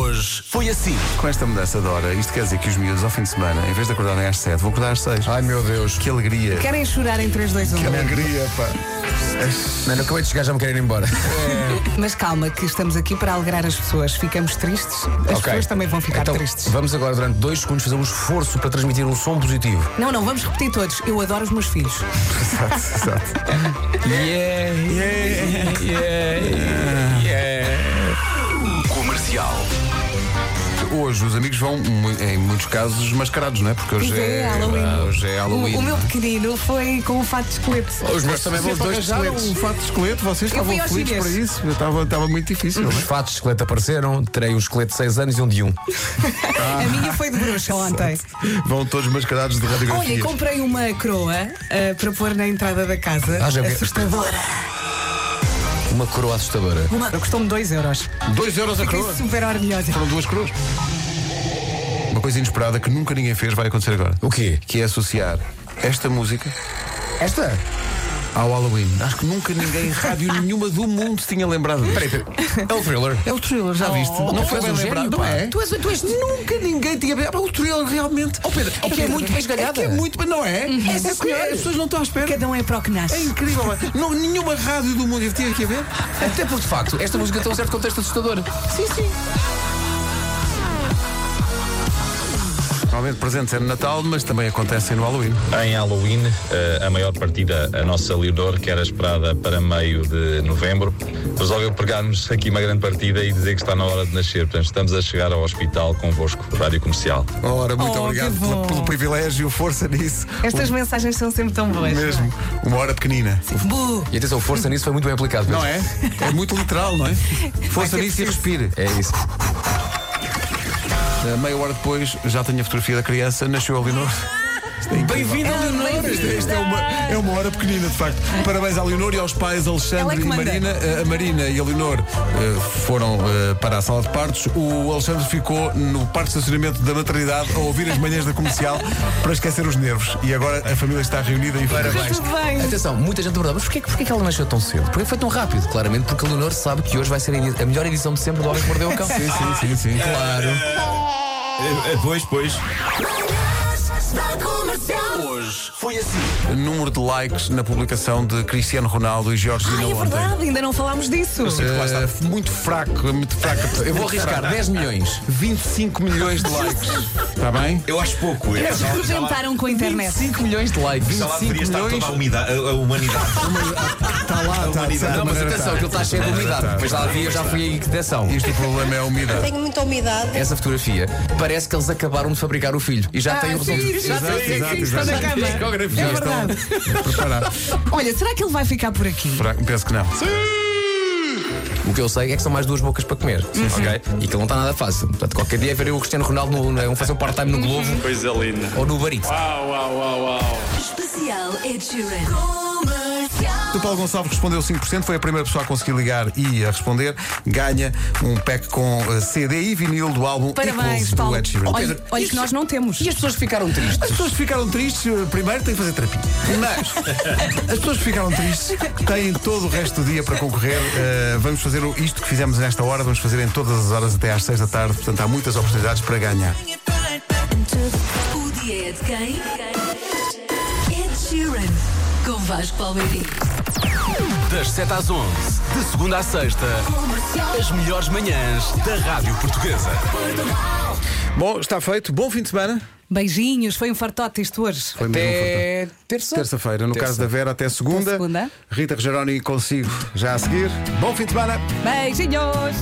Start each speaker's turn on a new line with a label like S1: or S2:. S1: Hoje foi assim.
S2: Com esta mudança de hora, isto quer dizer que os miúdos ao fim de semana, em vez de acordarem às 7, vão acordar às 6.
S3: Ai meu Deus,
S2: Que alegria.
S4: Querem chorar em um. 3, 2, 1.
S2: Que alegria, pá.
S3: mano, acabei de chegar, já me quero ir embora.
S4: Mas calma, que estamos aqui para alegrar as pessoas. Ficamos tristes, as
S3: Ok.
S4: pessoas também vão ficar
S3: Então,
S4: tristes.
S3: Vamos agora, durante dois segundos, fazer um esforço para transmitir um som positivo.
S4: Não, não, vamos repetir todos. Eu adoro os meus filhos.
S2: Exato, exato.
S3: Yeah, yeah, yeah, yeah.
S1: Comercial.
S2: Hoje os amigos vão, mu- em muitos casos, mascarados, não é? Porque hoje
S4: Pois é,
S2: é,
S4: Halloween.
S2: Hoje é Halloween.
S4: O, o meu pequenino foi com um fato de esqueleto.
S3: Os meus também vão os dois de
S2: um
S3: esqueletos.
S2: fato de esqueleto, vocês
S4: Eu fui
S2: estavam
S4: aos
S2: felizes para
S4: chineses.
S2: isso. Eu Estava estava muito difícil, não
S3: Os
S2: é?
S3: fatos de esqueleto apareceram, terei um esqueleto de 6 anos e um de 1. Um.
S4: A minha foi de bruxa ontem.
S2: Vão todos mascarados de
S4: Olha,
S2: radiografia.
S4: comprei uma croa ah, para pôr na entrada da casa.
S3: Ah, já vi.
S4: Assustadora.
S3: Uma coroa assustadora.
S4: Uma... Custou-me 2 euros.
S2: 2 euros a
S4: Fiquei
S2: coroa.
S4: super orgulhosa.
S2: Foram duas coroas. Uma coisa inesperada que nunca ninguém fez vai acontecer agora.
S3: O quê?
S2: Que é associar esta música
S3: Esta?
S2: ao Halloween. Acho que nunca ninguém em rádio nenhuma do mundo se tinha lembrado disso.
S3: Peraí, peraí. É o thriller.
S2: É o thriller, já viste? um
S3: Não
S2: foi
S3: foi bem lembrado,
S2: lembrado,
S3: não
S2: pá.
S3: é?
S2: Tu és, tu és, nunca ninguém tinha pensado. Ah, O thriller realmente. Oh Pedro, é que é muito bem esgalhada. É que é muito, mas não é? É que as pessoas não estão à espera.
S4: Cada um é para o que
S2: É
S4: nasce.
S2: incrível, mano. não, nenhuma rádio do mundo tinha que haver.
S3: Até porque, de facto, esta música tem um certo contexto assustador.
S2: Sim, sim. Normalmente presentes é no Natal, mas também acontecem no Halloween.
S5: Em Halloween, eh, a maior partida, a nossa Leodor, que era esperada para meio de novembro, resolveu pegar-nos aqui uma grande partida e dizer que está na hora de nascer. Portanto, estamos a chegar ao hospital convosco, Rádio Comercial.
S2: Ora, muito
S4: Oh,
S2: obrigado
S4: que
S2: pelo,
S4: bom.
S2: pelo privilégio, força nisso. É
S4: Estas mensagens são sempre tão boas.
S2: Mesmo, uma hora pequenina.
S4: Bu,
S3: E atenção, força nisso foi muito bem aplicado.
S2: Não é? É muito literal, não é? Força
S4: Vai ser
S2: nisso e
S4: preciso.
S2: respire.
S3: É isso.
S2: Uh, Meia hora depois, já tenho a fotografia da criança, nasceu a Leonor. Bem-vinda, Leonor! Isto, é- isto é, uma, é uma hora pequenina, de facto. Parabéns à Leonor e aos pais
S4: Ela é
S2: Alexandre
S4: que
S2: e
S4: manda.
S2: Marina. Uh, A Marina e a Leonor uh, foram uh, para a sala de partos. O Alexandre ficou no parque de estacionamento da maternidade a ouvir as manhãs da comercial para esquecer os nervos. E agora a família está reunida e
S3: Parabéns.
S4: tudo bem.
S3: Atenção, muita gente pergunta, mas porquê, porquê que ela nasceu tão cedo? Porquê foi tão rápido? Claramente porque a Leonor sabe que hoje vai ser a edi- a melhor edição de sempre do Homem que Mordeu o Cão.
S2: Sim, sim, sim, sim.
S3: Claro.
S5: Pois, pois.
S1: Hoje foi assim.
S2: Número de likes na publicação de Cristiano Ronaldo e Jorge
S4: Ai,
S2: Dino
S4: é
S2: ontem.
S4: verdade, ainda não falámos disso.
S2: Lá está, muito fraco, muito fraco.
S3: Eu vou arriscar 10 milhões.
S2: 25 milhões de likes. Está bem?
S6: Eu acho pouco. Eu
S4: Eles rebentaram com a internet.
S3: 5 milhões de likes.
S6: já lá deveria
S2: 25
S6: estar
S2: milhões.
S6: toda a, umida- a- a humanidade.
S2: Está lá, está
S6: humanidade.
S3: Não, mas atenção, que ele está cheio de umidade. Depois lá vi, eu já fui aí que atenção.
S2: Isto o problema é a umidade.
S7: Tenho muita umidade.
S3: Essa fotografia parece que eles acabaram de fabricar o filho e já
S4: Ah,
S3: têm o
S4: sim,
S3: resultado.
S4: já sei o que é
S2: Exato,
S4: que está na
S2: exato.
S4: cama.
S2: Já estão preparados.
S4: É Olha, será que ele vai ficar por aqui?
S2: Fraco, Penso que não.
S3: O que eu sei é que são mais duas bocas para
S4: Uhum.
S3: comer, ok? E que não está nada fácil. Portanto, qualquer dia verem o Cristiano Ronaldo no, no, fazer um part-time no Globo. Coisa linda. Ou no Barito.
S8: Especial é Ed Sheeran. Comercial.
S2: O Paulo Gonçalves respondeu 5%, foi a primeira pessoa a conseguir ligar e a responder. Ganha um pack com eh, CD e vinil do álbum Equals
S4: Parabéns,
S2: do
S4: Paulo.
S2: Ed Sheeran.
S4: Olha, olha que nós não temos.
S3: E as pessoas ficaram tristes.
S2: As pessoas que ficaram tristes, eh, primeiro têm que fazer terapia. Mas as pessoas que ficaram tristes têm todo o resto do dia para concorrer. Eh, vamos fazer o- isto que fizemos nesta hora, vamos fazer em todas as horas até às 6 da tarde. Portanto, há muitas oportunidades para ganhar.
S8: O dia é de quem? Ed Sheeran. Com Vasco Palmeirinho.
S1: Das 7 às 11, de segunda à sexta, as melhores manhãs da Rádio Portuguesa.
S2: Bom, está feito. Bom fim de semana.
S4: Beijinhos, foi um fartote isto hoje.
S2: Foi um
S3: Até terça.
S2: Terça-feira, no caso da Vera, até segunda.
S4: Até segunda.
S2: Rita Rogeroni consigo já a seguir. Bom fim de semana.
S4: Beijinhos!